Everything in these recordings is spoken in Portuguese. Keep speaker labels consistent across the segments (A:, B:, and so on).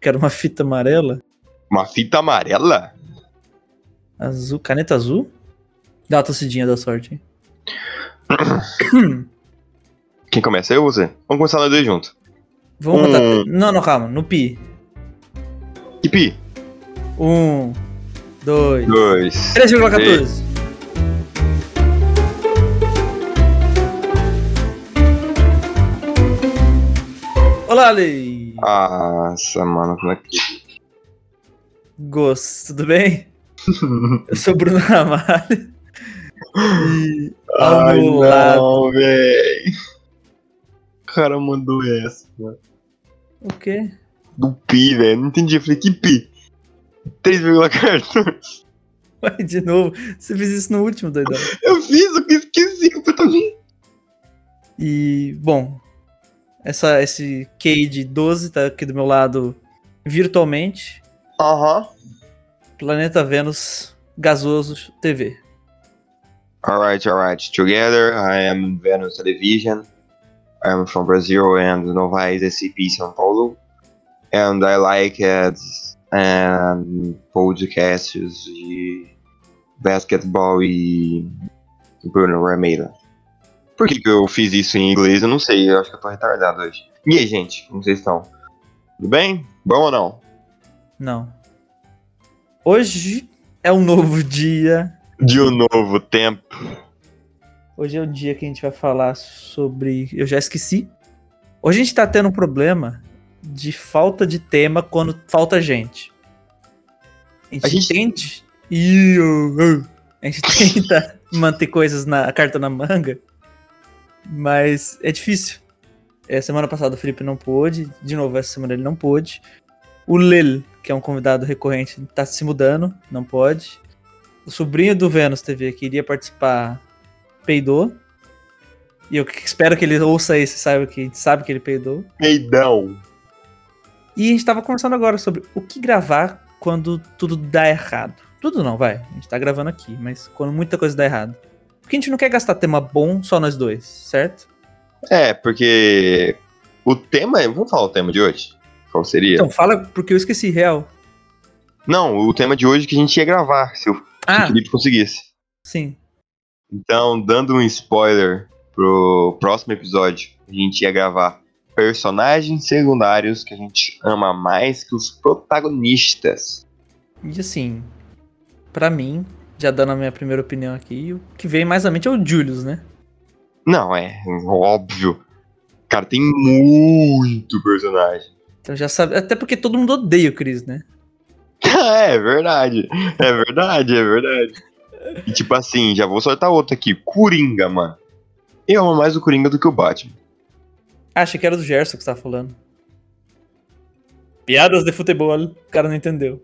A: que era uma fita amarela.
B: Uma fita amarela?
A: Azul, caneta azul? Dá a tossidinha da sorte, hein?
B: Quem começa? Eu ou você? Vamos começar nós dois juntos.
A: Vamos
B: Um.
A: contar. Não, não, calma. No pi.
B: Kipi.
A: Um, dois,
B: Dois.
A: 3,14. Olá, Lei!
B: Nossa, mano, como é que.
A: Gosto, tudo bem? Eu sou o Bruno Ramalho. E ao meu lado.
B: velho. O cara mandou essa, mano.
A: O quê?
B: Do pi, velho. Não entendi. Eu falei, que pi? 3,14.
A: Vai de novo. Você fez isso no último, doidão.
B: Eu fiz, eu esqueci completamente.
A: E, bom, essa, esse QI de 12 tá aqui do meu lado virtualmente.
B: Aham.
A: Planeta Vênus Gasoso TV.
B: Alright, alright. Together, I am Venus Television. I am from Brazil and Novaes SCP São Paulo. And I like it, um, podcasts de basketball e Bruno Rameira. Por que, que eu fiz isso em inglês? Eu não sei, eu acho que eu tô retardado hoje. E aí, gente, como vocês estão? Tudo bem? Bom ou não?
A: Não. Hoje é um novo dia.
B: De um novo tempo.
A: Hoje é o dia que a gente vai falar sobre. Eu já esqueci. Hoje a gente tá tendo um problema de falta de tema quando falta gente. A gente,
B: A gente-
A: tende. Ih, oh, oh. A gente tenta manter coisas na a carta na manga, mas é difícil. É, semana passada o Felipe não pôde, de novo essa semana ele não pôde. O Lel, que é um convidado recorrente, tá se mudando, não pode. O sobrinho do Vênus TV, que iria participar, peidou. E eu que- espero que ele ouça isso, saiba que sabe que ele peidou.
B: Meidão.
A: E a gente tava conversando agora sobre o que gravar quando tudo dá errado. Tudo não, vai. A gente tá gravando aqui, mas quando muita coisa dá errado. Porque a gente não quer gastar tema bom só nós dois, certo?
B: É, porque o tema. é- Vamos falar o tema de hoje? Qual seria?
A: Então fala porque eu esqueci, real.
B: Não, o tema de hoje é que a gente ia gravar, se o
A: Ah,
B: Felipe conseguisse.
A: sim.
B: Então, dando um spoiler pro próximo episódio, a gente ia gravar personagens secundários que a gente ama mais que os protagonistas.
A: E assim, pra mim, já dando a minha primeira opinião aqui, o que vem mais à mente é o Julius, né?
B: Não, é óbvio. Cara, tem muito personagem.
A: Então já sabe. Até porque todo mundo odeia o Chris, né?
B: é verdade. É verdade, é verdade. E tipo assim, já vou soltar outra aqui. Coringa, mano. Eu amo mais o Coringa do que o Batman.
A: Ah, achei que era do Gerson que você tava falando. Piadas de futebol. O cara não entendeu.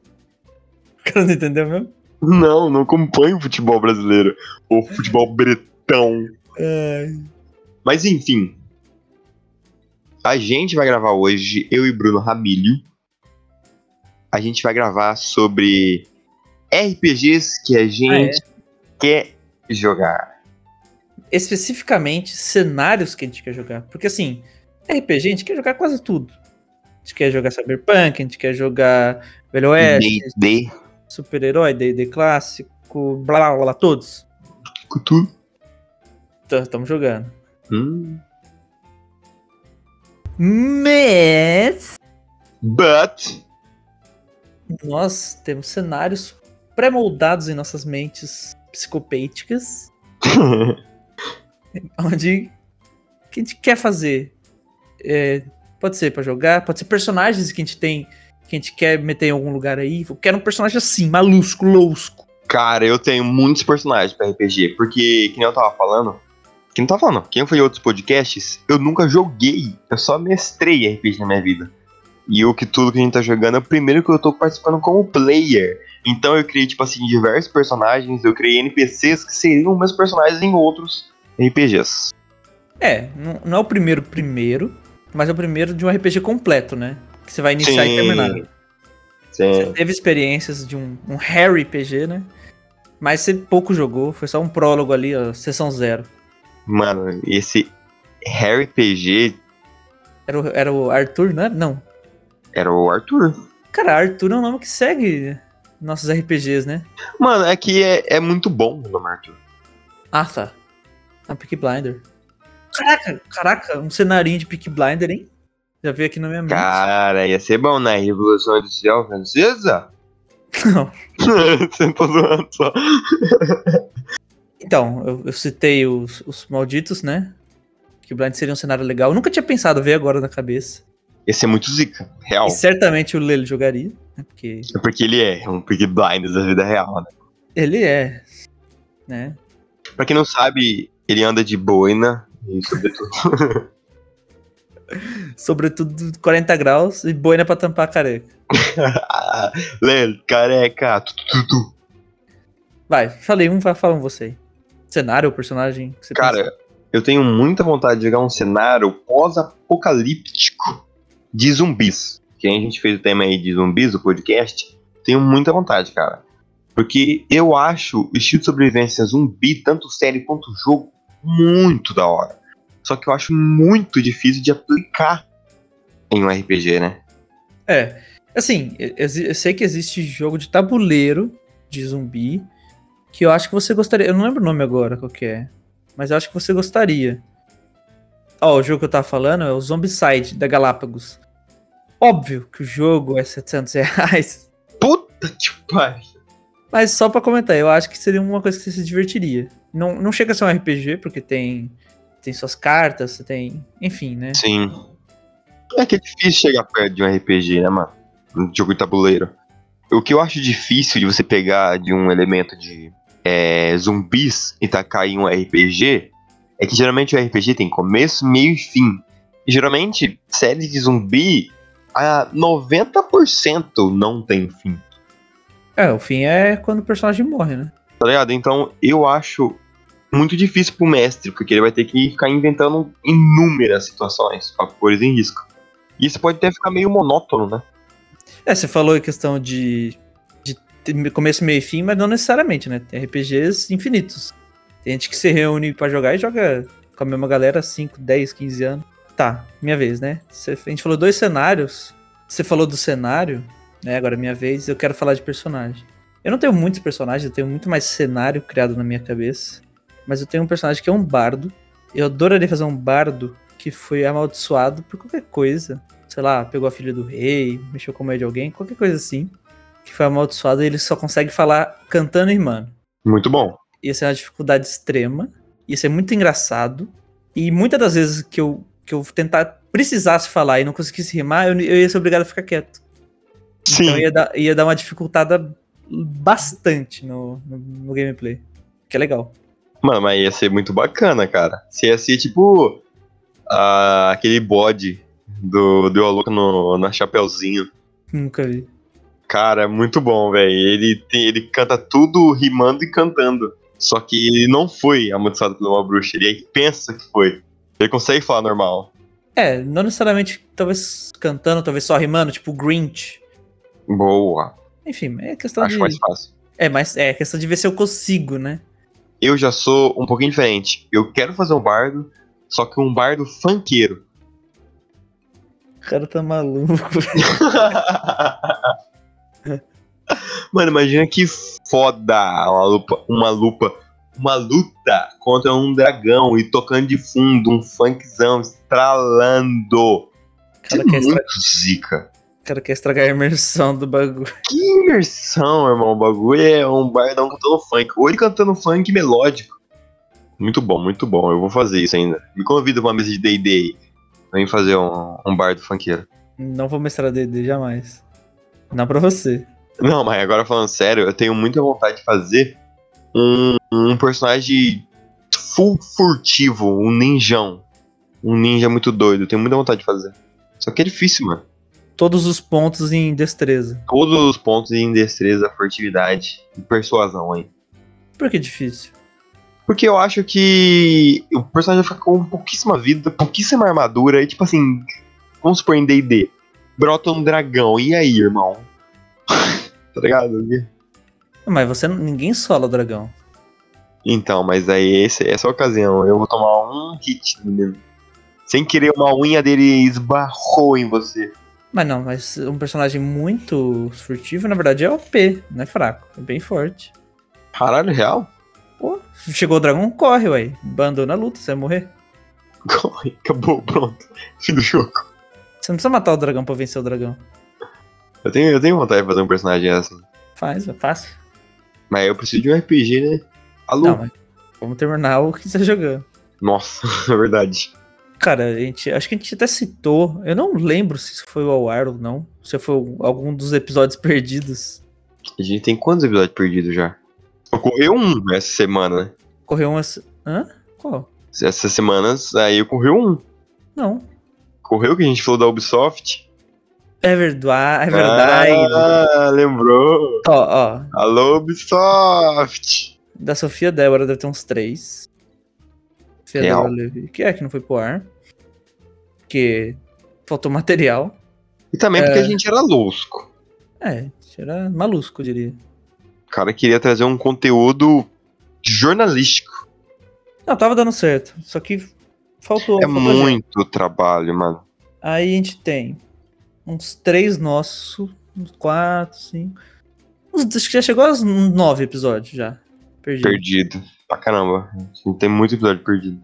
A: O cara não entendeu mesmo?
B: Não, não acompanho o futebol brasileiro. Ou futebol bretão. Mas enfim. A gente vai gravar hoje, eu e Bruno Ramilho. A gente vai gravar sobre RPGs que a gente quer jogar.
A: especificamente cenários que a gente quer jogar. Porque assim, RPG a gente quer jogar quase tudo. A gente quer jogar Cyberpunk, a gente quer jogar Velho Oeste,
B: D&D,
A: Super-Herói, D&D Clássico, blá blá blá, blá, todos.
B: Cthulhu.
A: Estamos jogando.
B: Hum.
A: Mas
B: But,
A: nós temos cenários pré-moldados em nossas mentes psicopêticas, onde o que a gente quer fazer é, pode ser pra jogar, pode ser personagens que a gente tem, que a gente quer meter em algum lugar aí. Eu quero um personagem assim, malusco, lousco.
B: cara, eu tenho muitos personagens pra RPG. Porque, que nem eu tava falando... Que não tava falando, quem foi em outros podcasts, eu nunca joguei. Eu só mestrei RPG na minha vida. E o que tudo que a gente tá jogando é o primeiro que eu tô participando como player. Então eu criei, tipo assim, diversos personagens, eu criei NPCs que seriam meus personagens em outros RPGs.
A: É, não, não é o primeiro primeiro, mas é o primeiro de um RPG completo, né? Que você vai iniciar e terminar.
B: é.
A: Você
B: Sim.
A: teve experiências de um, um Harry PG, né? Mas você pouco jogou, foi só um prólogo ali, ó, sessão zero.
B: Mano, esse RPG
A: Era o, era o Arthur, não era? Não.
B: era o Arthur.
A: Cara, Arthur é um nome que segue nossos RPGs, né?
B: Mano, é que é, é muito bom o nome Arthur.
A: Ah, tá. Ah, Peak Blinder. Caraca, caraca, um cenarinho de Peak Blinder, hein? Já veio aqui na minha mente.
B: Cara, ia ser bom na Revolução Industrial Francesa?
A: Não.
B: Você tá zoando só.
A: Então, eu, eu citei os, os malditos, né? Que o Blind seria um cenário legal. Eu nunca tinha pensado, veio agora na cabeça.
B: Ia ser muito zica, real.
A: E certamente o Lelo jogaria, né? Porque
B: É porque ele é um Pig Blinders da vida real, né?
A: ele é, né?
B: Pra quem não sabe, ele anda de boina e sobretudo.
A: Sobretudo 40 graus e boina pra tampar a careca.
B: Lelo, careca, tu, tu, tu, tu.
A: Vai, falei um, vai falar um você aí. Cenário ou personagem? que você pensa?
B: Cara, eu tenho muita vontade de jogar um cenário pós-apocalíptico de zumbis. Que a gente fez o tema aí de zumbis, o podcast. Tenho muita vontade, cara. Porque eu acho o estilo de sobrevivência zumbi, tanto série quanto jogo, muito da hora. Só que eu acho muito difícil de aplicar em um RPG, né?
A: É, assim, eu, eu- eu sei que existe jogo de tabuleiro de zumbi que eu acho que você gostaria. Eu não lembro o nome agora qual que é, mas eu acho que você gostaria. Ó, o jogo que eu tava falando é o Zombicide da Galápagos. Óbvio que o jogo é 700 reais,
B: Puta que pariu.
A: Mas só pra comentar, eu acho que seria uma coisa que você se divertiria. Não, não chega a ser um RPG, porque tem, tem suas cartas, você tem. Enfim, né?
B: Sim. É que é difícil chegar perto de um RPG, né, mano? Um jogo de tabuleiro. O que eu acho difícil de você pegar de um elemento de é, zumbis e tacar em um RPG é que geralmente o RPG tem começo, meio e fim. E geralmente, séries de zumbi, a 90% não tem fim.
A: É, o fim é quando o personagem morre, né?
B: Tá ligado? Então eu acho muito difícil pro mestre, porque ele vai ter que ficar inventando inúmeras situações pra pôr eles em risco. E isso pode até ficar meio monótono, né?
A: É, você falou em questão de, de ter começo, meio e fim, mas não necessariamente, né? Tem RPGs infinitos. Tem gente que se reúne pra jogar e joga com a mesma galera 5, 10, 15 anos. Tá, minha vez, né? Você- a gente falou dois cenários. Você falou do cenário, né? Agora é minha vez, eu quero falar de personagem. Eu não tenho muitos personagens, eu tenho muito mais cenário criado na minha cabeça. Mas eu tenho um personagem que é um bardo. Eu adoraria fazer um bardo que foi amaldiçoado por qualquer coisa sei lá, pegou a filha do rei, mexeu com o meio de alguém, qualquer coisa assim, que foi amaldiçoado, e ele só consegue falar cantando e rimando.
B: Muito bom.
A: Ia ser uma dificuldade extrema, ia ser muito engraçado, e muitas das vezes que eu, que eu tentar, precisasse falar e não conseguisse rimar, eu, eu ia ser obrigado a ficar quieto.
B: Sim.
A: Então ia dar, ia dar uma dificultada bastante no, no, no gameplay, que é legal.
B: Mano, mas ia ser muito bacana, cara. Você ia ser tipo ah, aquele bode do, do Aluca no, na Chapeuzinho.
A: Nunca vi.
B: Cara, é muito bom, velho. Ele, tem- ele canta tudo rimando e cantando. Só que ele não foi amaldiçoado por uma bruxa. Ele é- pensa que foi. Ele consegue falar normal.
A: É, não necessariamente, talvez cantando, talvez só rimando, tipo Grinch.
B: Boa.
A: Enfim, é questão
B: Acho
A: de...
B: mais fácil.
A: É, mas é questão de ver se eu consigo, né?
B: Eu já sou um pouquinho diferente. Eu quero fazer um bardo, só que um bardo funkeiro.
A: O cara tá maluco.
B: Mano, imagina que foda uma lupa, uma lupa, uma luta contra um dragão e tocando de fundo um funkzão estralando.
A: O
B: Isso é
A: cara, quer estra-
B: muito zica.
A: o cara quer estragar a imersão do bagulho.
B: Que imersão, irmão. O bagulho é um bardão cantando funk. Ou ele cantando funk melódico. Muito bom, muito bom. Eu vou fazer isso ainda. Me convida pra uma mesa de D&D aí. Vem fazer um, um bardo funkeiro.
A: Não vou mestrar DD jamais. Não pra você.
B: Não, mas agora falando sério, eu tenho muita vontade de fazer um, um personagem full furtivo, um ninjão. Um ninja muito doido. Eu tenho muita vontade de fazer. Só que é difícil, mano.
A: Todos os pontos em destreza.
B: Todos os pontos em destreza, furtividade e persuasão, hein.
A: Por que difícil?
B: Porque eu acho que o personagem fica com pouquíssima vida, pouquíssima armadura, e tipo assim, vamos supor em DD, brota um dragão, e aí, irmão? tá ligado?
A: Mas você não- ninguém sola dragão.
B: Então, mas aí esse, essa é a ocasião, eu vou tomar um hit, menino. Sem querer, uma unha dele esbarrou em você.
A: Mas não, mas um personagem muito furtivo, na verdade, é OP, não é fraco, é bem forte.
B: Caralho, real?
A: Pô, chegou o dragão, corre, ué. Abandona a luta, você vai morrer.
B: Corre, acabou, pronto. Fim do jogo.
A: Você não precisa matar o dragão pra vencer o dragão.
B: Eu tenho, eu tenho vontade de fazer um personagem assim.
A: Faz, é fácil.
B: Mas eu preciso de um RPG, né? Alô?
A: Não, mas vamos terminar o que você tá jogando.
B: Nossa, é verdade.
A: Cara, a gente, acho que a gente até citou. Eu não lembro se isso foi o Ao Ar ou não. Se foi algum dos episódios perdidos.
B: A gente tem quantos episódios perdidos já? Ocorreu um essa semana, né?
A: Correu umas. Hã? Qual?
B: Essas semanas aí ocorreu um.
A: Não.
B: Correu que a gente falou da Ubisoft.
A: É verdade. É verdade.
B: Ah, lembrou.
A: Ó, ó.
B: Alô, Ubisoft!
A: Da Sofia Débora deve ter uns três. Sofia
B: Real.
A: Débora Levi. Que é que não foi pro ar? Porque faltou material.
B: E também porque a gente era louco.
A: É, isso era malusco, eu diria.
B: O cara queria trazer um conteúdo jornalístico.
A: Não, tava dando certo. Só que faltou. faltou
B: É
A: gente.
B: muito trabalho, mano.
A: Aí a gente tem uns três nossos, uns quatro, cinco. Uns, acho que já chegou aos nove episódios já. Perdi.
B: Perdido. Pra caramba. Não tem muito episódio perdido.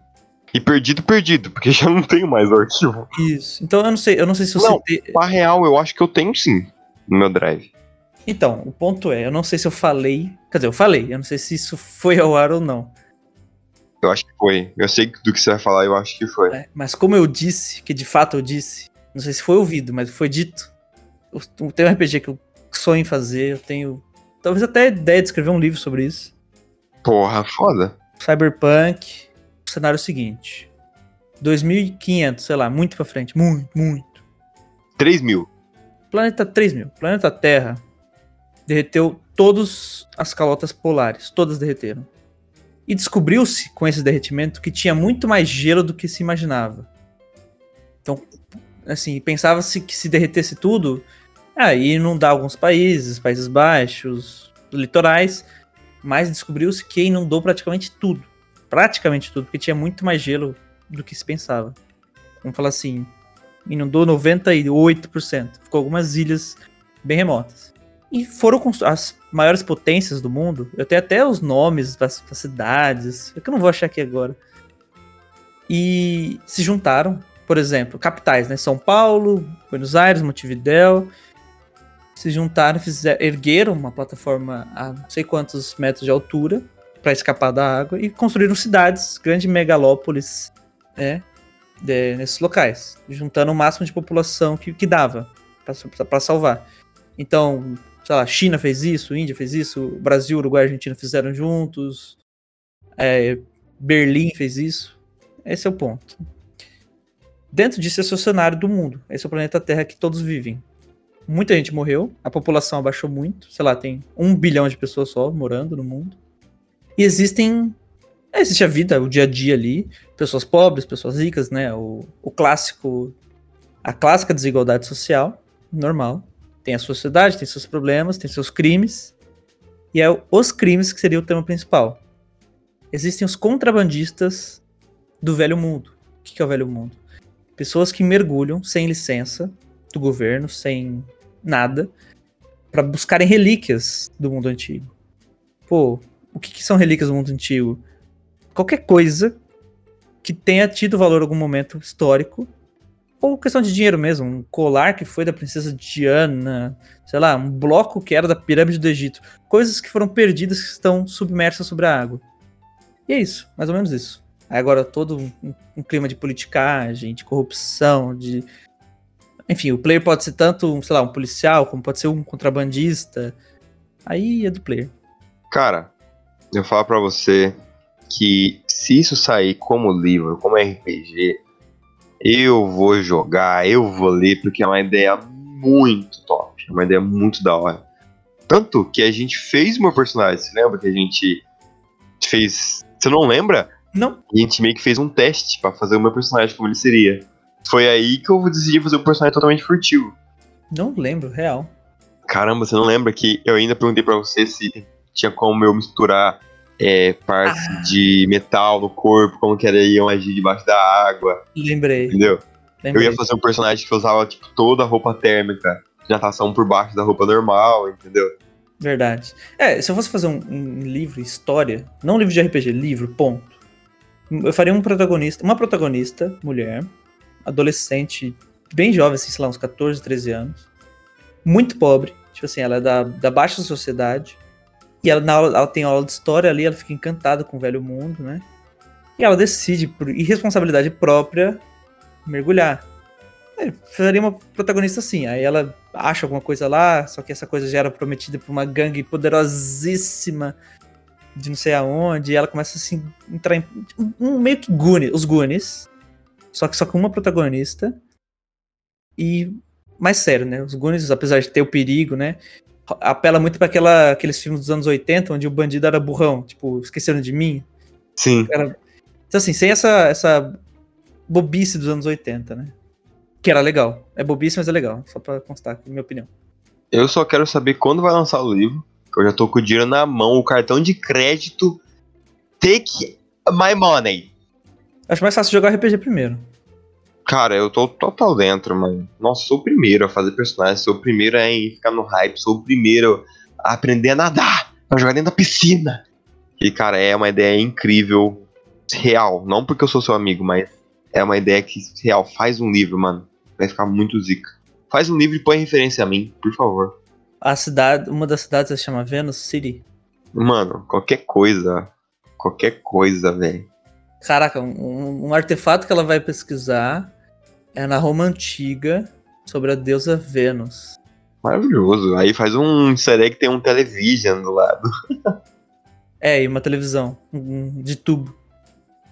B: E perdido, perdido, porque já não tenho mais o arquivo.
A: Isso. Então eu não sei, eu não sei se eu
B: Não.
A: citei.
B: Na real, eu acho que eu tenho sim no meu drive.
A: Então, o ponto é, eu não sei se eu falei. Quer dizer, eu falei, eu não sei se isso foi ao ar ou não.
B: Eu acho que foi. Eu sei do que você vai falar, eu acho que foi.
A: né? Mas como eu disse, que de fato eu disse, não sei se foi ouvido, mas foi dito. Eu eu tenho um RPG que eu sonho em fazer, eu tenho. Talvez até ideia de escrever um livro sobre isso.
B: Porra, foda.
A: Cyberpunk, o cenário é o seguinte. 2500, sei lá, muito pra frente, muito, muito.
B: 3 mil.
A: Planeta 3000, planeta Terra derreteu todas as calotas polares, todas derreteram. E descobriu-se com esse derretimento que tinha muito mais gelo do que se imaginava. Então, assim, pensava-se que se derretesse tudo, aí inundar alguns países, Países Baixos, litorais, mas descobriu-se que inundou praticamente tudo. Praticamente tudo, porque tinha muito mais gelo do que se pensava. Vamos falar assim, inundou 98%. Ficou algumas ilhas bem remotas. E foram constru- as maiores potências do mundo. Eu tenho até os nomes das, das cidades, é que eu não vou achar aqui agora. E se juntaram, por exemplo, capitais, né? São Paulo, Buenos Aires, Montevidéu. Se juntaram, fizeram, ergueram uma plataforma a não sei quantos metros de altura para escapar da água e construíram cidades, grandes megalópolis, né? de- nesses locais, juntando o máximo de população que, que dava para salvar. Então, sei lá, China fez isso, Índia fez isso, Brasil, Uruguai e Argentina fizeram juntos, é, Berlim fez isso. Esse é o ponto. Dentro disso, esse é o cenário do mundo. Esse é o planeta Terra que todos vivem. Muita gente morreu, a população abaixou muito, sei lá, tem um bilhão de pessoas só morando no mundo. E existem. Existe a vida, o dia a dia ali, pessoas pobres, pessoas ricas, né? O, o clássico, a clássica desigualdade social, normal. Tem a sociedade, tem seus problemas, tem seus crimes. E é o- os crimes que seria o tema principal. Existem os contrabandistas do velho mundo. O que que é o velho mundo? Pessoas que mergulham sem licença do governo, sem nada, para buscarem relíquias do mundo antigo. Pô, o que que são relíquias do mundo antigo? Qualquer coisa que tenha tido valor em algum momento histórico. Ou questão de dinheiro mesmo, um colar que foi da princesa Diana, sei lá, um bloco que era da pirâmide do Egito. Coisas que foram perdidas que estão submersas sobre a água. E é isso, mais ou menos isso. Aí Agora todo um, um clima de politicagem, de corrupção, de. Enfim, o player pode ser tanto, um, sei lá, um policial, como pode ser um contrabandista. Aí é do player.
B: Cara, eu falo pra você que se isso sair como livro, como RPG, eu vou jogar, eu vou ler, porque é uma ideia muito top. É uma ideia muito da hora. Tanto que a gente fez meu personagem, você lembra que a gente fez. Você não lembra?
A: Não,
B: A gente meio que fez um teste pra fazer o meu personagem como ele seria. Foi aí que eu decidi fazer um personagem totalmente furtivo.
A: não lembro, real.
B: Caramba, você não lembra que eu ainda perguntei pra você se tinha como eu misturar é, partes de metal no corpo, como que era, iam agir um debaixo da água,
A: Lembrei.
B: entendeu? Eu
A: Lembrei.
B: ia fazer um personagem que usava, tipo, toda a roupa térmica de natação um por baixo da roupa normal, entendeu?
A: Verdade. É, se eu fosse fazer um, um livro, história, não livro de RPG, livro, ponto. Eu faria um protagonista, uma protagonista, mulher, adolescente, bem jovem, assim, sei lá, uns 14, 13 anos, muito pobre, tipo assim, ela é da, da baixa sociedade, e ela, na aula, ela tem aula de história ali, ela fica encantada com o velho mundo, né? E ela decide, por irresponsabilidade própria, mergulhar. É, faria uma protagonista assim. Aí ela acha alguma coisa lá, só que essa coisa já era prometida por uma gangue poderosíssima de não sei aonde. E ela começa a se entrar em. um- Um, meio que Goonies, os Goonies. Só que só com uma protagonista. E. Mais sério, né? Os Goonies, apesar de ter o perigo, né? Apela muito pra aquela, aqueles filmes dos anos 80, onde o bandido era burrão. Tipo, esqueceram de mim.
B: Sim.
A: Então, assim, sem essa, essa bobice dos anos 80, né? Que era legal. É bobice, mas é legal. Só pra constar aqui, minha opinião.
B: Eu só quero saber quando vai lançar o livro, que eu já tô com o dinheiro na mão, o cartão de crédito. Take my money.
A: Acho mais fácil jogar RPG primeiro.
B: Cara, eu tô total dentro, mano. Nossa, sou o primeiro a fazer personagem, sou o primeiro a em ficar no hype, sou o primeiro a aprender a nadar, a jogar dentro da piscina. E, cara, é uma ideia incrível, real. Não porque eu sou seu amigo, mas é uma ideia que, real, faz um livro, mano. Vai ficar muito zica. Faz um livro e põe referência a mim, por favor.
A: A cidade, uma das cidades se chama Venus City.
B: Mano, qualquer coisa. Qualquer coisa, velho.
A: Caraca, um, um artefato que ela vai pesquisar é na Roma Antiga sobre a deusa Vênus.
B: Maravilhoso. Aí faz um easter egg que tem um television do lado.
A: É, e uma televisão um- de tubo.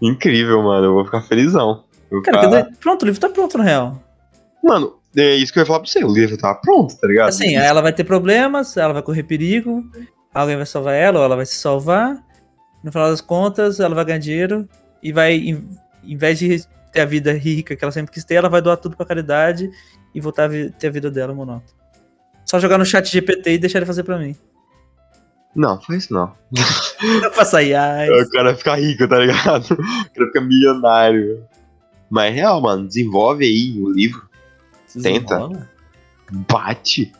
B: Incrível, mano. Eu vou ficar felizão. Eu vou
A: Cara,
B: ficar-
A: que doido. pronto, o livro tá pronto, na real.
B: Mano, é isso que eu ia falar pra você. O livro tava pronto, tá ligado?
A: Assim, ela vai ter problemas, ela vai correr perigo, alguém vai salvar ela, ou ela vai se salvar. No final das contas, ela vai ganhar dinheiro e vai, em, em vez de ter a vida rica que ela sempre quis ter, ela vai doar tudo pra caridade e voltar a vi- ter a vida dela monótona. Só jogar no chat GPT e deixar ele fazer pra mim.
B: Não, faz isso não.
A: Passa IAS.
B: O cara fica rico, tá ligado? O cara fica milionário. Mas é real, mano. Desenvolve aí o livro. tenta.
A: Desenrola.
B: Bate.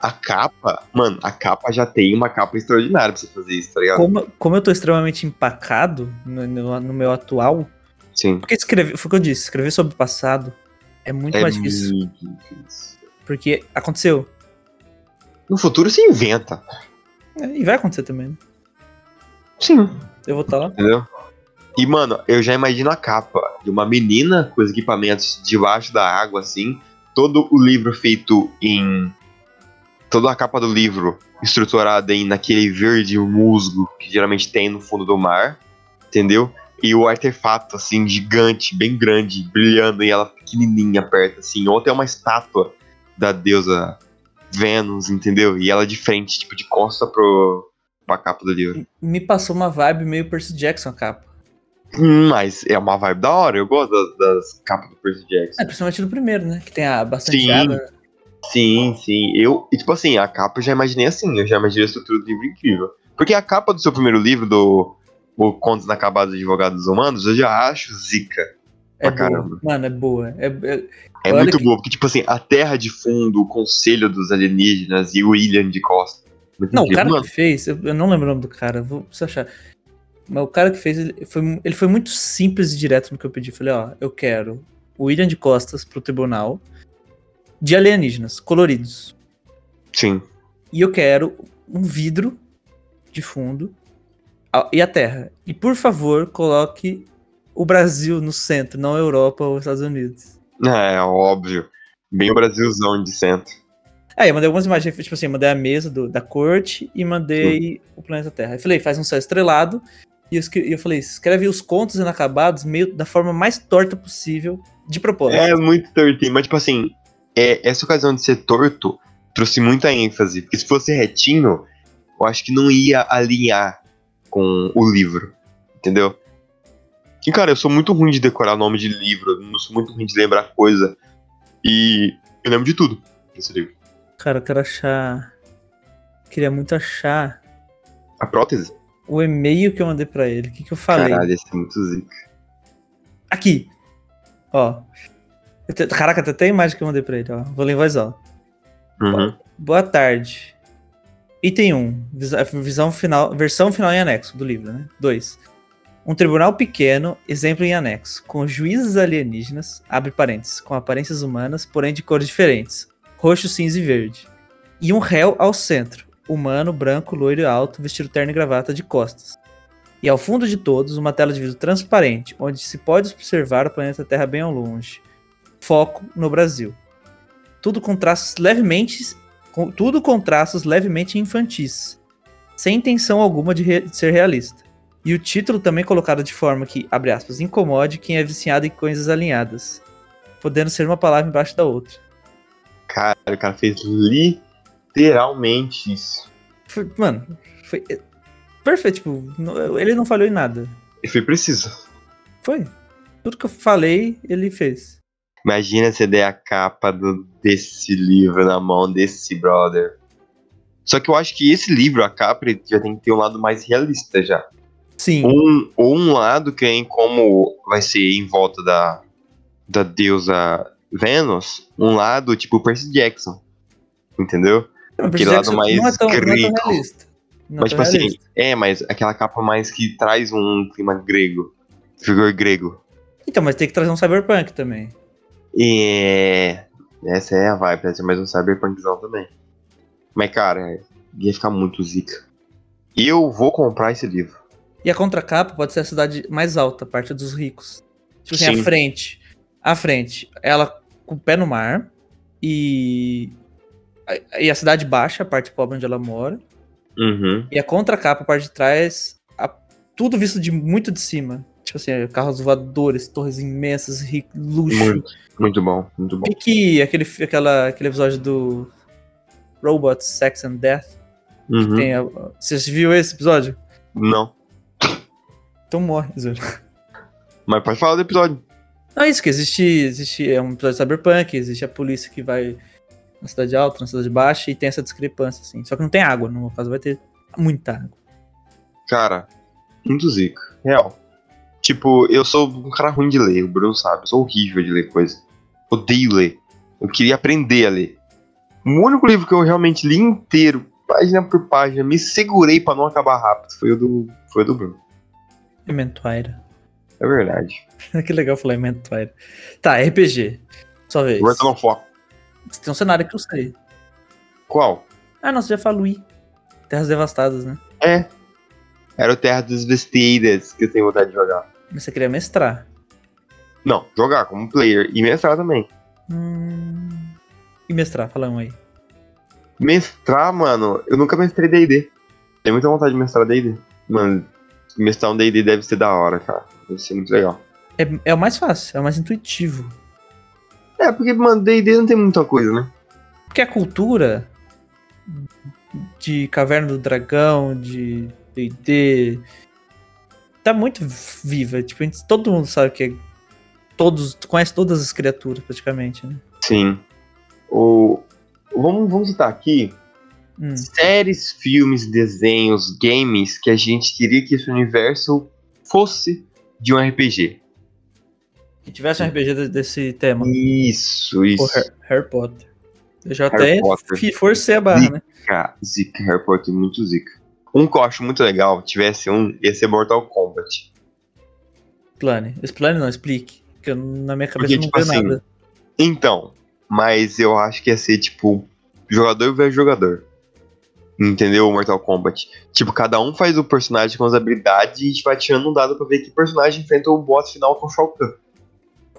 B: A capa. Mano, a capa já tem uma capa extraordinária pra você fazer isso, tá ligado?
A: Como, como eu tô extremamente empacado no, no- no meu atual,
B: Sim.
A: porque escrever, foi o que eu disse, escrever sobre o passado é muito
B: é
A: mais difícil.
B: muito difícil.
A: Porque aconteceu.
B: No futuro se inventa.
A: É, E vai acontecer também, né?
B: Sim.
A: Eu vou estar lá.
B: Entendeu? E, mano, eu já imagino a capa de uma menina com os equipamentos debaixo da água, assim. Todo o livro feito em. Toda a capa do livro estruturada em naquele verde musgo que geralmente tem no fundo do mar, entendeu? E o artefato, assim, gigante, bem grande, brilhando, e ela pequenininha perto, assim. Ou até uma estátua da deusa Vênus, entendeu? E ela de frente, tipo, de costa pro, pra capa do livro.
A: Me passou uma vibe meio Percy Jackson a capa.
B: Hum, Mas é uma vibe da hora, eu gosto das, das capas do Percy Jackson.
A: É, principalmente do primeiro, né? Que tem a bastante
B: Sim.
A: água.
B: Sim, sim. Eu, e, tipo assim, a capa eu já imaginei assim, eu já imaginei a estrutura do livro incrível. Porque a capa do seu primeiro livro, do o Contos Inacabados de Advogados Humanos, eu já acho zica.
A: É
B: Pra caramba.
A: boa. Mano, é boa. É, é-
B: É
A: Olha
B: muito
A: que-
B: boa, porque, tipo assim, a terra de fundo, o conselho dos alienígenas e o William de Costa. Muito
A: Não, o
B: incrível.
A: cara
B: Mano,
A: que fez, eu, eu não lembro o nome do cara, vou preciso achar. Mas o cara que fez, ele foi, mu- ele foi muito simples e direto no que eu pedi. Falei, ó, eu quero o William de Costas pro tribunal de alienígenas, coloridos.
B: sim.
A: e eu quero um vidro de fundo a- e a terra. E por favor, coloque o Brasil no centro, não a Europa ou os Estados Unidos.
B: É, óbvio. Bem o Brasilzão de centro.
A: Aí eu mandei algumas imagens, tipo assim, eu mandei a mesa do- da corte e mandei o planeta Terra. Eu falei, faz um céu estrelado. E eu, escre- e eu falei, escreve os contos inacabados meio da forma mais torta possível, de propósito.
B: É muito tortinho, mas tipo assim, é, essa ocasião de ser torto trouxe muita ênfase. Porque se fosse retinho, eu acho que não ia alinhar com o livro. Entendeu? E cara, eu sou muito ruim de decorar nome de livro, eu não sou muito ruim de lembrar coisa. E eu lembro de tudo desse livro.
A: Cara, eu quero achar. Queria muito achar
B: A prótese?
A: o e-mail que eu mandei pra ele. O que, que eu falei?
B: Caralho, esse é muito zica.
A: Aqui. Ó. Eu te- Caraca, tem até a imagem que eu mandei pra ele, ó. Vou ler em voz alta.
B: Uhum.
A: Boa tarde. Item 1. visa- Visão final, versão final em anexo do livro, né? 2. Um tribunal pequeno, exemplo em anexo, com juízes alienígenas, abre parênteses, com aparências humanas, porém de cores diferentes, roxo, cinza e verde. E um réu ao centro, humano, branco, loiro e alto, vestido terno e gravata de costas. E ao fundo de todos, uma tela de vidro transparente, onde se pode observar o planeta Terra bem ao longe. Foco no Brasil. Tudo com traços levemente com- tudo com traços levemente infantis, sem intenção alguma de, re- de ser realista. E o título também colocado de forma que, abre aspas, incomode quem é viciado em coisas alinhadas, podendo ser uma palavra embaixo da outra.
B: Cara, o cara fez literalmente isso.
A: Foi- mano, foi é, perfeito, tipo, não- ele não falhou em nada.
B: E foi preciso.
A: Foi. Tudo que eu falei, ele fez.
B: Imagina você der a capa do- desse livro na mão desse brother. Só que eu acho que esse livro, a capa, ele já tem que ter um lado mais realista já.
A: Sim,
B: Um, ou um lado que é em como vai ser em volta da, da deusa Vênus, um lado tipo Percy Jackson. Entendeu?
A: Não,
B: aquele
A: Percy
B: lado
A: Jackson não
B: mais
A: é tão, não é tão
B: grego.
A: realista. Não é
B: mas
A: tão
B: tipo assim,
A: realista.
B: é, mas aquela capa mais que traz um clima grego. Vigor grego.
A: Então, mas tem que trazer um cyberpunk também.
B: É. Essa é a vibe, deve ser mais um cyberpunkzão também. Mas, cara, ia ficar muito zica. E eu vou comprar esse livro.
A: E a contracapa pode ser a cidade mais alta, a parte dos ricos. Tipo assim,
B: Sim.
A: a frente. A frente, ela com o pé no mar. E. a- E a cidade baixa, a parte pobre onde ela mora.
B: Uhum.
A: E a contracapa, a parte de trás, a- tudo visto de muito de cima. Tipo assim, carros voadores, torres imensas, ri- luxo.
B: Muito, muito bom, muito bom.
A: Pique aquele, fi- aquela, aquele episódio do Robots, Sex and Death.
B: Uhum.
A: Tem a- você viu esse episódio?
B: Não.
A: Então morre, Zoro.
B: Mas pode falar do episódio.
A: Não, é isso que existe, existe é um episódio de Cyberpunk, existe a polícia que vai na cidade alta, na cidade baixa, e tem essa discrepância, assim. Só que não tem água, no meu caso vai ter muita água.
B: Cara, muito zica. Real. Tipo, eu sou um cara ruim de ler, o Bruno sabe. Eu sou horrível de ler coisa. Odeio ler. Eu queria aprender a ler. O único livro que eu realmente li inteiro, página por página, me segurei pra não acabar rápido, foi o do, foi o do Bruno.
A: Ementuaira.
B: É verdade.
A: que legal falar Ementuaira. Tá, RPG. Só vez.
B: Agora tá no foco.
A: Tem um cenário que eu sei.
B: Qual?
A: Ah, nossa, já falei. Terras devastadas, né?
B: É. Era o Terra dos Vestidas que eu tenho vontade de jogar.
A: Mas você queria mestrar.
B: Não, jogar como player e mestrar também.
A: Hum... E mestrar, fala um aí.
B: Mestrar, mano, eu nunca mestrei DD. Tenho muita vontade de mestrar DD. Mano, mestrar um DD deve ser da hora, cara. Deve ser muito legal.
A: É, é o mais fácil, é o mais intuitivo.
B: É, porque, mano, DD não tem muita coisa, né?
A: Porque a cultura de Caverna do Dragão, de D&D, tá muito viva. Tipo, a gente- todo mundo sabe que é- todos tu conhece todas as criaturas praticamente, né?
B: Sim. O... Vamos, vamos citar aqui
A: Hum.
B: séries, filmes, desenhos, games que a gente queria que esse universo fosse de um RPG.
A: Se tivesse um RPG de- desse tema,
B: Isso,
A: pô,
B: isso.
A: Har- Harry Potter. Eu já
B: Harry
A: até
B: Potter.
A: fi- forcei a barra, né?
B: Cara, zica, Harry Potter muito zica. Um que eu acho muito legal, tivesse um, ia ser Mortal Kombat.
A: Plane. Esse plane não, explique. Porque eu- na minha cabeça
B: Porque,
A: não
B: tipo
A: veio
B: assim,
A: nada.
B: Então, mas eu acho que ia ser, tipo, jogador versus jogador. Entendeu? Mortal Kombat. Tipo, cada um faz o personagem com as habilidades e a gente vai tirando um dado pra ver que personagem enfrenta o boss final com o Shao Kahn.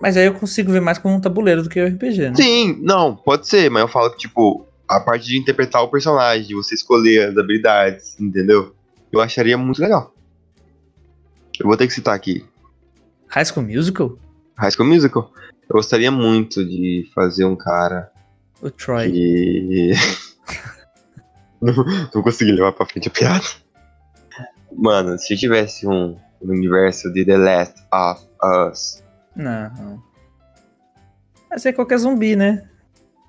A: Mas aí eu consigo ver mais como um tabuleiro do que o RPG, né?
B: Sim, não, pode ser, mas eu falo que, tipo, a parte de interpretar o personagem, de você escolher as habilidades, entendeu? Eu acharia muito legal. Eu vou ter que citar aqui.
A: High School Musical?
B: High School Musical. Eu gostaria muito de fazer um cara
A: O Troy.
B: que. não, não consegui levar pra frente a piada. Mano, se tivesse um um universo de The Last of Us.
A: Não. Mas é qualquer zumbi, né?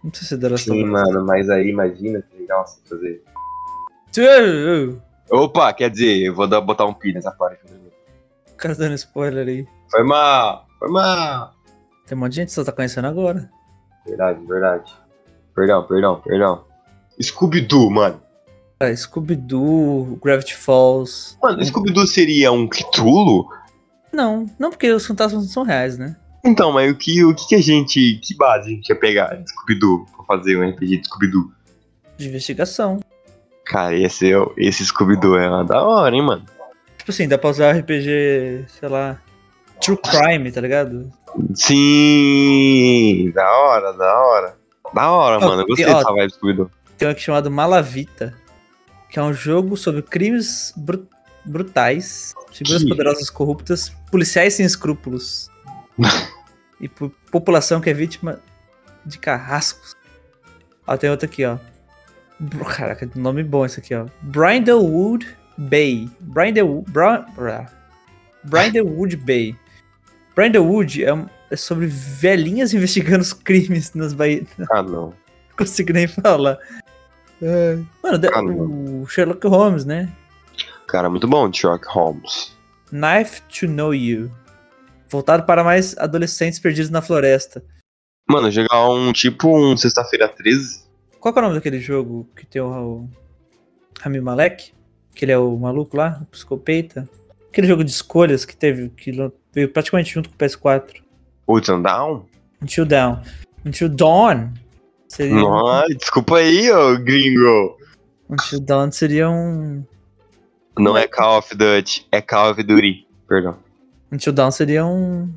A: Não precisa ser The Last of
B: Sim,
A: Us.
B: mano, mas aí imagina que legal você fazer.
A: Tu- eu- eu-
B: Opa, quer dizer, eu vou dar- botar um pi nessa parte.
A: O cara dando spoiler aí.
B: Foi mal, foi mal.
A: Tem um monte de gente que você tá conhecendo agora.
B: Verdade, verdade. Perdão, perdão, perdão. Scooby-Doo, mano.
A: Ah, Scooby-Doo, Gravity Falls.
B: Mano, Scooby-Doo seria um Cthulhu?
A: Não, não porque os fantasmas não são reais, né?
B: Então, mas o que, o que que a gente... Que base a gente ia pegar de Scooby-Doo pra fazer um RPG de Scooby-Doo?
A: De investigação.
B: Cara, esse, é o- esse Scooby-Doo é uma da hora, hein, mano?
A: Tipo assim, dá pra usar RPG, sei lá, True Crime, tá ligado?
B: Sim! Da hora, da hora. Da hora,
A: Ó,
B: mano. Eu gostei
A: e, ó,
B: dessa vibe do Scooby-Doo.
A: Tem um aqui chamado Malavita, que é um jogo sobre crimes bru- brutais, figuras
B: Que-
A: poderosas corruptas, policiais sem escrúpulos e po- população que é vítima de carrascos. Ó, tem outro aqui, ó. Br- Caraca, nome bom esse aqui, ó. Brindlewood Bay. Brindlewood, Brindlewood Bay. Brindlewood é, um- é sobre velhinhas investigando os crimes nas Bahias
B: Ah, não.
A: consigo nem falar. É. Mano, de-
B: Ah,
A: o Sherlock Holmes, né?
B: Cara, muito bom, Sherlock Holmes.
A: Knife to Know You. Voltado para mais adolescentes perdidos na floresta.
B: Mano, jogar um tipo um sexta-feira 13.
A: Qual que é o nome daquele jogo que tem o, o Rami Malek? Que ele é o maluco lá, o psicopeita. Aquele jogo de escolhas que teve, que lan- veio praticamente junto com o PS4.
B: Hudson Down?
A: Until Dawn. Until Dawn. Seria,
B: Nossa, desculpa aí, ô gringo.
A: Until Dawn seria um.
B: Não é Call of Duty, é Call of Duty. Perdão.
A: Until Down seria um.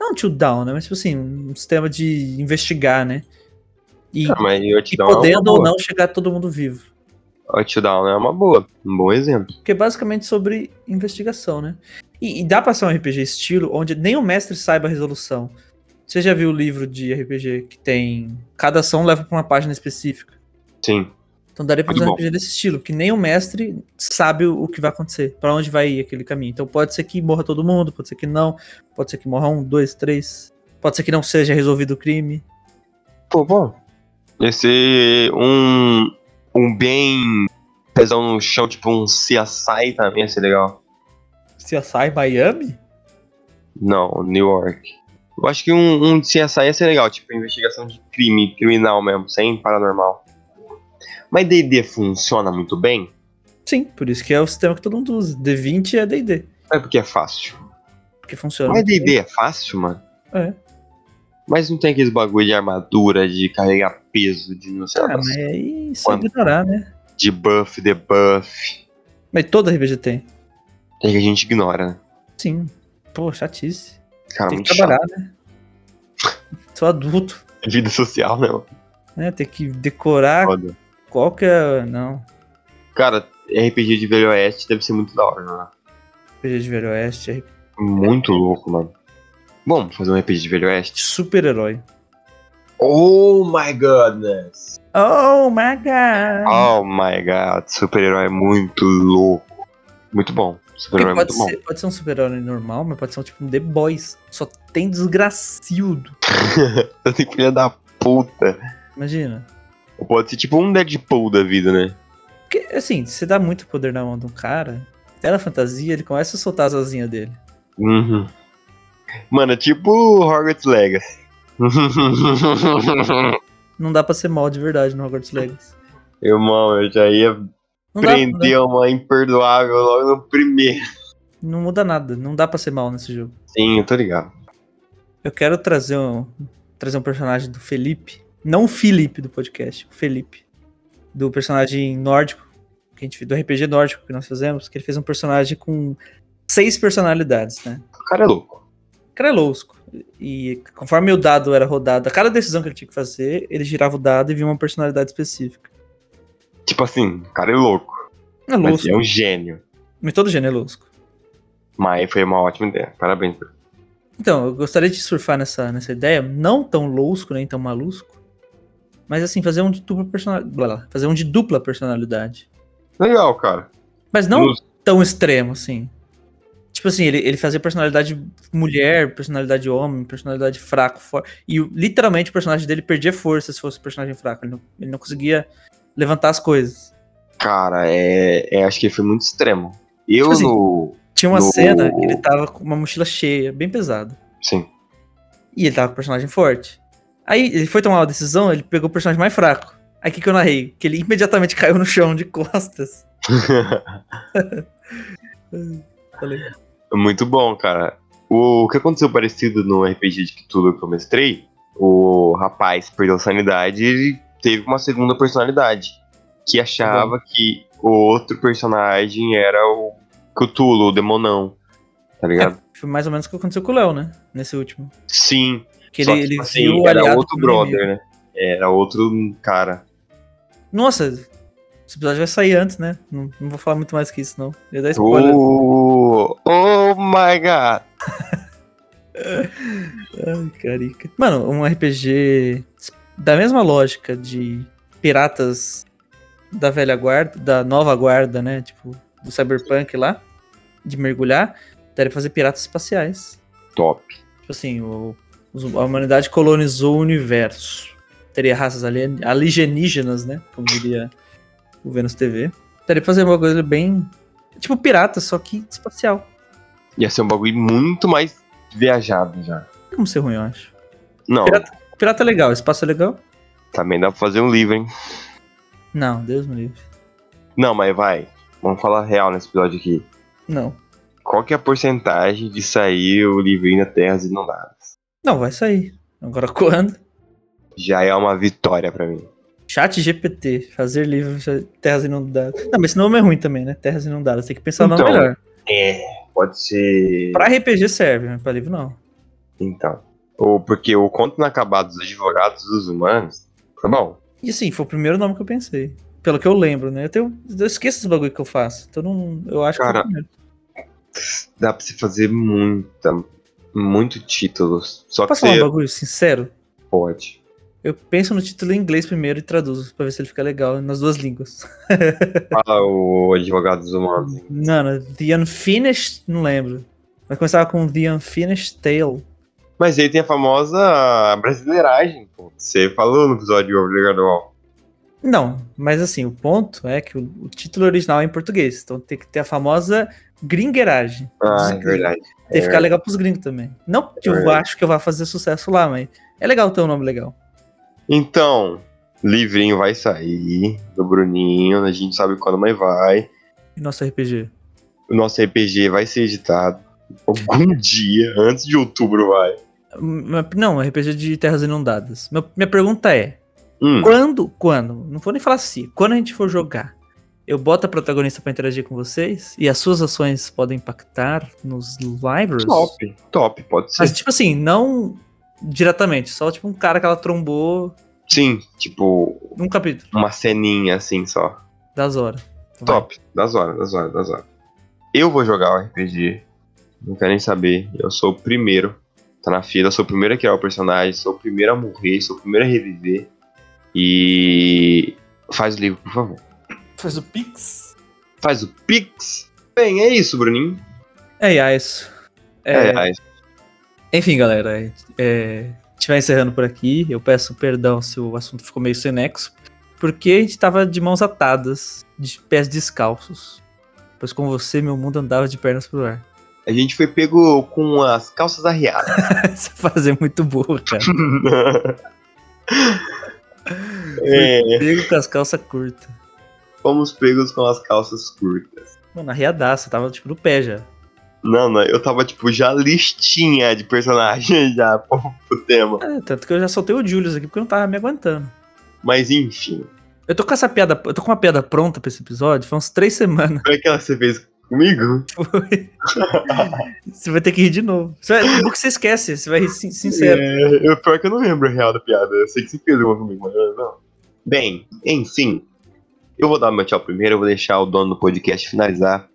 A: Não um Down, né? Mas tipo assim, um sistema de investigar, né? E,
B: Ah, mas o
A: e
B: Outdown é uma
A: podendo ou
B: boa.
A: não chegar todo mundo vivo.
B: Outdown é uma boa. Um bom exemplo.
A: Porque é basicamente sobre investigação, né? E, e dá pra ser um RPG estilo onde nem o mestre saiba a resolução. Você já viu o livro de RPG que tem. Cada ação leva pra uma página específica.
B: Sim.
A: Então daria pra
B: Muito
A: fazer um
B: bom.
A: RPG desse estilo, que nem o mestre sabe o o que vai acontecer, pra onde vai ir aquele caminho. Então pode ser que morra todo mundo, pode ser que não, pode ser que morra um, dois, três, pode ser que não seja resolvido o crime.
B: Pô, bom. Esse um um bem pesão no chão, tipo um CSI também ia ser legal.
A: Se sai Miami?
B: Não, New York. Eu acho que um, um CSI ia ser legal, tipo investigação de crime, criminal mesmo, sem paranormal. Mas D&D funciona muito bem?
A: Sim, por isso que é o sistema que todo mundo usa. D20 é D&D,
B: É porque é fácil.
A: porque funciona.
B: Mas D&D é fácil, mano?
A: É.
B: Mas não tem aqueles bagulho de armadura, de carregar peso, de não sei
A: Ah,
B: lá,
A: mas aí se
B: Quando?
A: ignorar, né?
B: de buff, debuff.
A: Mas toda RPG tem.
B: É que a gente ignora, né?
A: Sim. Pô, chatice.
B: Cara,
A: Tem
B: Ah, muito
A: que
B: chato.
A: trabalhar, né? Sou adulto,
B: Vida social, né? mano?
A: né? Tem que decorar
B: Foda.
A: qual que é... Não.
B: Cara, RPG de Velho Oeste deve ser muito da hora, né?
A: RPG de Velho Oeste, é
B: Muito louco, mano. Vamos fazer um RPG de Velho Oeste?
A: super-herói.
B: Oh my goodness!
A: Oh my god!
B: Oh my god, super-herói é muito louco. Muito bom.
A: Porque
B: Super-herói é
A: pode,
B: muito bom.
A: ser, pode ser um super-herói normal, mas pode ser um tipo um The Boys. Só tem desgraciudo.
B: Assim, filha da puta.
A: Imagina.
B: Ou Pode ser tipo um Deadpool da vida, né?
A: Porque, assim, você dá muito poder na mão de um cara, até na fantasia, ele começa a soltar as asinhas dele.
B: Uhum. Mano, é tipo Hogwarts Legacy.
A: Não dá pra ser mal de verdade no Hogwarts Legacy.
B: Irmão, eu já ia
A: Não, dá, né?
B: prender uma imperdoável logo no primeiro.
A: não muda nada. Não dá pra ser mal nesse jogo.
B: Sim, eu tô ligado.
A: Eu quero trazer um, trazer um personagem do Felipe. Não o Felipe do podcast, o Felipe. Do personagem nórdico, que a gente fez, do RPG nórdico que nós fizemos, que ele fez um personagem com seis personalidades, né?
B: O cara é louco.
A: O cara é lousco. E conforme o dado era rodado, a cada decisão que ele tinha que fazer, ele girava o dado e via uma personalidade específica.
B: Tipo assim, o cara é louco.
A: É
B: Mas
A: lusco.
B: é um gênio.
A: Mas todo gênero é lusco.
B: Mas foi uma ótima ideia. Parabéns.
A: Então, eu gostaria de surfar nessa, nessa ideia, não tão lusco, nem tão malusco, mas assim, fazer um de dupla personalidade. Fazer um de dupla personalidade.
B: Legal, cara.
A: Mas não
B: Luz-
A: tão extremo, assim. Tipo assim, ele, ele fazia personalidade mulher, personalidade homem, personalidade fraco, forte. E o- literalmente o personagem dele perdia força se fosse um personagem fraco. Ele não, ele não conseguia levantar as coisas.
B: Cara, é, é- Acho que foi muito extremo. Eu
A: Tipo assim,
B: no.
A: Tinha uma
B: No-
A: cena que ele tava com uma mochila cheia, bem pesada.
B: Sim.
A: E ele tava com o personagem forte. Aí ele foi tomar uma decisão, ele pegou o personagem mais fraco. Aí o que, que eu narrei? Que ele imediatamente caiu no chão de costas. Falei,
B: Muito bom, cara. O que aconteceu parecido no RPG de Cthulhu que eu mestrei, o rapaz perdeu a sanidade e teve uma segunda personalidade, que
A: Tá
B: achava que o outro personagem era o Cthulhu, o demonão, tá ligado?
A: foi mais ou menos o que aconteceu com o Léo, né? Nesse último.
B: Sim,
A: Que
B: só
A: ele,
B: que,
A: ele
B: tipo assim,
A: viu o
B: era
A: aliado
B: outro
A: como inimigo.
B: brother, né? Era outro cara.
A: Nossa, esse episódio vai sair antes, né? Não, não vou falar muito mais que isso, não. Eu ia dar spoiler.
B: Oh, oh my god!
A: Ai, carica. Mano, um RPG da mesma lógica de piratas da velha guarda, da nova guarda, né? Tipo, do cyberpunk lá, de mergulhar, daria pra fazer piratas espaciais.
B: Top.
A: Tipo assim, o- os- a humanidade colonizou o universo. Teria raças alien- alienígenas, né? Como diria o Vênus TV. Teria pra fazer uma coisa bem. Tipo pirata, só que espacial.
B: Ia ser um bagulho muito mais viajado já.
A: Não tem como ser ruim, eu acho.
B: Não,
A: Pirata- Pirata é legal, espaço é legal?
B: também dá pra fazer um livro, hein?
A: Não, Deus me livre.
B: Não, mas vai. Vamos falar real nesse episódio aqui.
A: Não.
B: Qual que é a porcentagem de sair o livrinho da Terras Inundadas?
A: Não, vai sair. Agora quando?
B: Já é uma vitória pra mim.
A: Chat GPT, fazer livro de Terras Inundadas. Não, mas esse nome é ruim também, né? Terras Inundadas, tem que pensar no nome
B: Então.
A: melhor.
B: É, pode ser.
A: Pra RPG serve, mas pra livro não.
B: Então. Ou porque o conto inacabado dos advogados dos humanos. Tá bom.
A: E assim, foi o primeiro nome que eu pensei. Pelo que eu lembro, né? Eu, tenho, eu esqueço os bagulho que eu faço. Então não, eu acho
B: Cara,
A: que. foi o primeiro.
B: Dá pra você fazer muita. Muito títulos. Só que
A: Posso falar um
B: você
A: bagulho sincero?
B: pode.
A: Eu penso no título em inglês primeiro e traduzo pra ver se ele fica legal nas duas línguas.
B: Fala o advogado dos humanos. hein?
A: Não, não, The Unfinished, não lembro. Mas começava com The Unfinished Tale.
B: Mas aí tem a famosa brasileiragem, pô. que Você falou no episódio obrigatório.
A: Não, mas assim, o ponto é que o, o título original é em português. Então tem que ter a famosa gringueiragem.
B: Ah,
A: Dos
B: é
A: gringos.
B: verdade.
A: Tem que
B: É
A: ficar legal pros gringos também. Não que eu
B: verdade.
A: acho que eu vá fazer sucesso lá, mas é legal ter um nome legal.
B: Então, livrinho vai sair do Bruninho, a gente sabe quando mais vai.
A: E nosso RPG.
B: O nosso RPG vai ser editado algum dia, antes de outubro vai.
A: Uma- Não, um RPG de Terras Inundadas. Meu- minha pergunta é:
B: Hum,
A: quando, quando? Não vou nem falar se. Quando a gente for jogar, eu boto a protagonista pra interagir com vocês e as suas ações podem impactar nos livros?
B: top, top, pode ser.
A: Mas, tipo assim, não diretamente, só tipo um cara que ela trombou
B: Sim, tipo,
A: num capítulo
B: uma ceninha assim só.
A: das horas. Então Vai.
B: Top, das horas, das horas, das horas. Eu vou jogar o RPG, não quero nem saber, eu sou o primeiro. Tá na fila, sou o primeiro a criar o personagem, sou o primeiro a morrer, sou o primeiro a reviver. E. Faz o livro, por favor.
A: Faz o Pix?
B: faz o Pix. Bem, é isso, Bruninho.
A: É, é isso. É,
B: É, é.
A: Enfim, galera, é, é, a gente vai encerrando por aqui. Eu peço perdão se o assunto ficou meio sem nexo, porque a gente tava de mãos atadas, de pés descalços. Pois com você, meu mundo andava de pernas pro ar.
B: A gente foi pego com as calças arriadas.
A: Essa frase é muito boa, cara.
B: É,
A: Pego com as calças curtas.
B: fomos pegos com as calças curtas.
A: Mano, arriadaça, tava tipo no pé já.
B: Não, não, eu tava, tipo, já listinha de personagem já pro, pro tema.
A: É, tanto que eu já soltei o Julius aqui porque eu não tava me aguentando.
B: Mas enfim,
A: Eu tô com essa piada, eu tô com uma piada pronta pra esse episódio, foi uns três semanas.
B: foi aquela que você fez comigo?
A: Você vai ter que rir de novo. Você vai, o que você esquece, você vai rir sin- sincero.
B: É, eu, pior que eu não lembro a real da piada. Eu sei que você fez uma comigo, mas eu não. Bem, enfim. Eu vou dar meu tchau primeiro, eu vou deixar o dono do podcast finalizar.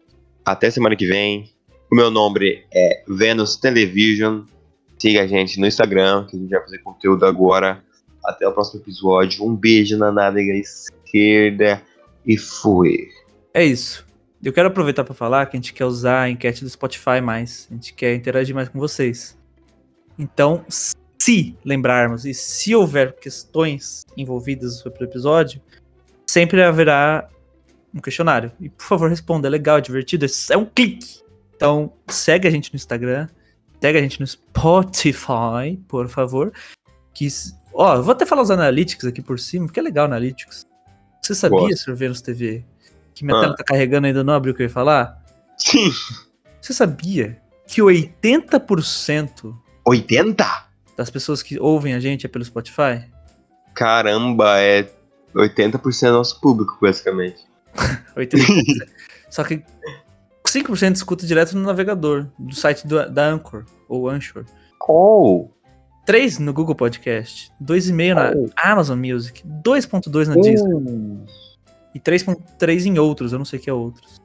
B: Até semana que vem. O meu nome é Venus Television. Siga a gente no Instagram, que a gente vai fazer conteúdo agora. Até o próximo episódio. Um beijo na nádega esquerda e fui.
A: É isso. Eu quero aproveitar pra falar que a gente quer usar a enquete do Spotify mais. A gente quer interagir mais com vocês. Então, se lembrarmos e se houver questões envolvidas sobre o episódio, sempre haverá um questionário. E por favor, responda. É legal, é divertido, é s- é um clique. Então, segue a gente no Instagram, Segue a gente no Spotify, por favor. Que, s- ó, eu vou até falar os analytics aqui por cima, porque é legal analytics. Você sabia,
B: Gosto.
A: Sr. Vênus TV, que minha
B: Ah.
A: tela tá carregando ainda não abriu o que eu ia falar?
B: Sim.
A: Você sabia que 80%
B: 80?
A: das pessoas que ouvem a gente é pelo Spotify?
B: Caramba, é 80% do nosso público, basicamente.
A: 80%. Só que 5% escuta direto no navegador, do site do- da Anchor, ou Anchor.
B: Oh!
A: 3 no Google Podcast, 2,5 na
B: Oh.
A: Amazon Music, 2,2 na Disney
B: Hum.
A: e 3,3 em outros, eu não sei o que é outros.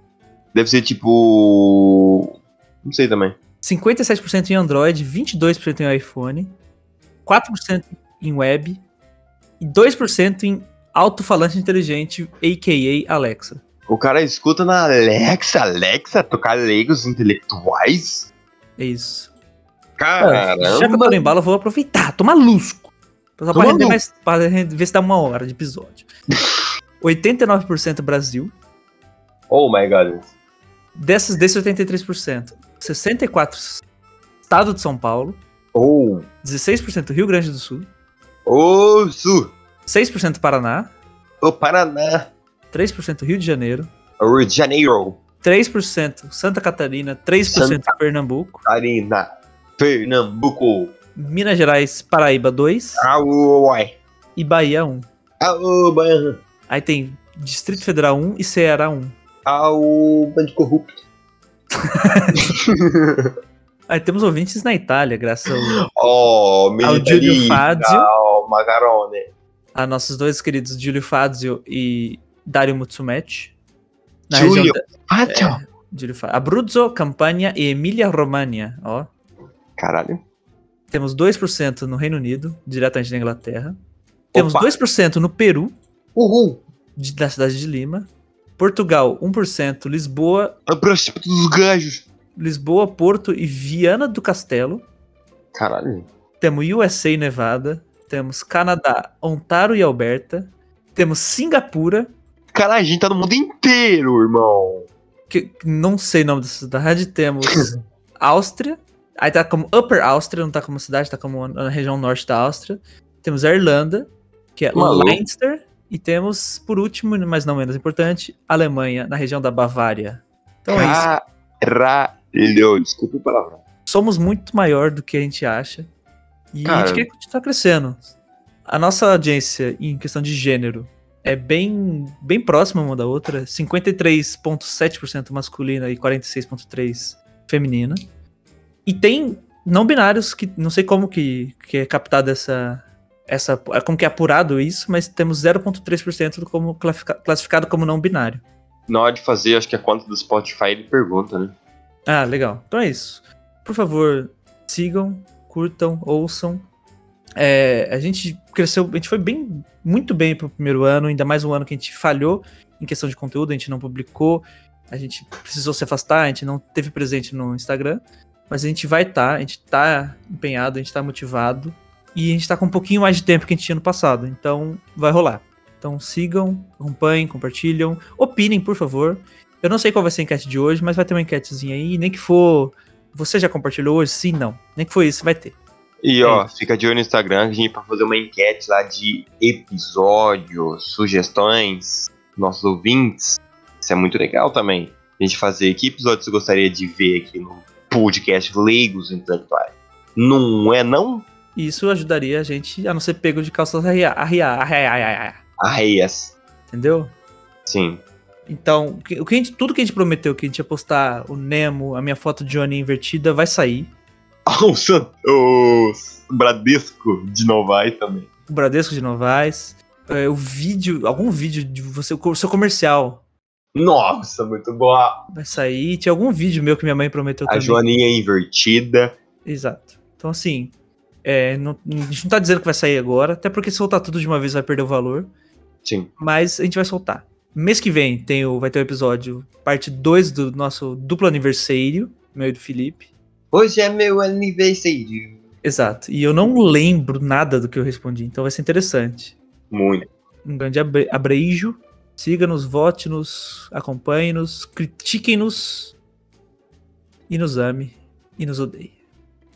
B: Deve ser tipo. Não sei também.
A: 57% em Android, 22% em iPhone, 4% em web e 2% em alto-falante inteligente, a.k.a. Alexa.
B: O cara escuta na Alexa, Alexa, tocar leigos intelectuais?
A: É isso.
B: Caramba!
A: Já que eu tô no embalo, eu vou aproveitar, tomar lusco. Só pra,
B: Toma
A: render
B: lusco.
A: mais, pra render- ver se dá uma hora de episódio. 89% Brasil,
B: Oh my god.
A: Dessas, desses 83%, 64% Estado de São Paulo,
B: Oh!
A: 16% Rio Grande do Sul,
B: Oh, Su!
A: 6% Paraná,
B: O Paraná!
A: 3% Rio de Janeiro,
B: O Rio de Janeiro!
A: 3% Santa Catarina, 3% Pernambuco,
B: Arena! Pernambuco!
A: Minas Gerais, Paraíba 2
B: Aô, uai!
A: e Bahia 1.
B: Aô, Bahia!
A: Aí tem Distrito Federal 1 e Ceará 1.
B: Aô, bando corrupto!
A: Aí temos ouvintes na Itália, graças ao,
B: Oh,
A: ao Giulio
B: militarista!
A: Fazio,
B: Oh, macarone!
A: a nossos dois queridos Giulio Fazio e Dario Mutsumetti. Na
B: Giulio.
A: região da-
B: Ah, tchau!
A: Júlio Fa- Abruzzo, Campania e Emília-Romagna. Ó,
B: Caralho!
A: temos 2% no Reino Unido, diretamente da Inglaterra. Temos
B: Opa.
A: 2% no Peru,
B: Uhul!
A: de- da cidade de Lima. Portugal, 1%. Lisboa,
B: Abraço pra todos os gajos!
A: Lisboa, Porto e Viana do Castelo.
B: Caralho!
A: Temos USA e Nevada. Temos Canadá, Ontário e Alberta. Temos Singapura,
B: Caralho, a gente tá no mundo inteiro, irmão!
A: que que não sei o nome dessa cidade. Temos Áustria. Aí tá como Upper Áustria, não tá como cidade, tá como na região norte da Áustria. Temos a Irlanda, que é
B: Maluco.
A: Leinster. E temos, por último, mas não menos importante, a Alemanha, na região da Bavária. Então é isso.
B: Caralho! Desculpa o palavrão.
A: Somos muito maior do que a gente acha. E a
B: Cara.
A: gente quer continuar crescendo. A nossa audiência, em questão de gênero, é bem, bem próxima uma da outra. 53,7% masculina e 46,3% feminina. E tem não binários que não sei como que, que é captado essa. Essa, como que é apurado isso, mas temos 0,3% como classifica- classificado como não binário.
B: Na hora de fazer, acho que a conta do Spotify ele pergunta, né?
A: Ah, legal. Então é isso. Por favor, sigam, curtam, ouçam. É, a gente cresceu, a gente foi bem, muito bem pro primeiro ano, ainda mais um ano que a gente falhou em questão de conteúdo, a gente não publicou, a gente precisou se afastar, a gente não teve presente no Instagram, mas a gente vai estar, a gente tá empenhado, a gente tá motivado e a gente tá com um pouquinho mais de tempo que a gente tinha no passado, então vai rolar. Então sigam, acompanhem, compartilham, opinem, por favor. Eu não sei qual vai ser a enquete de hoje, mas vai ter uma enquetezinha aí, nem que for. Você já compartilhou hoje? Sim, não. Nem que for isso, vai ter.
B: E
A: Hum.
B: ó, fica de olho no Instagram, que a gente vai fazer uma enquete lá de episódios, sugestões, nossos ouvintes. Isso é muito legal também. A gente fazer que episódios você gostaria de ver aqui no podcast Leigos Intelectuais. Não é não?
A: E isso ajudaria a gente a não ser pego de calças arria, arria, arria, arria, arria,
B: Arreias.
A: entendeu?
B: Ah, é Sim.
A: Então, o que- o que a gente- tudo que a gente prometeu que a gente ia postar, o Nemo, a minha foto de Johnny invertida, vai sair.
B: O, San- o Bradesco de Novais também.
A: O Bradesco de Novaes, é, o vídeo, algum vídeo de você, o seu comercial
B: Nossa, muito boa.
A: vai sair. Tinha algum vídeo meu que minha mãe prometeu
B: A
A: também.
B: Joaninha é invertida.
A: Exato. Então, assim, é, não- a gente não tá dizendo que vai sair agora, até porque se soltar tudo de uma vez vai perder o valor,
B: Sim.
A: mas a gente vai soltar. Mês que vem tem o, vai ter o episódio parte 2 do nosso duplo aniversário, meu e do Felipe.
B: Hoje é meu aniversário.
A: Exato. E eu não lembro nada do que eu respondi, então vai ser interessante.
B: Muito.
A: Um grande abre, abreijo. Siga-nos, vote-nos, acompanhe-nos, critiquem-nos e nos ame e nos odeie.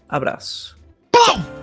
C: Abraço.
A: Pum!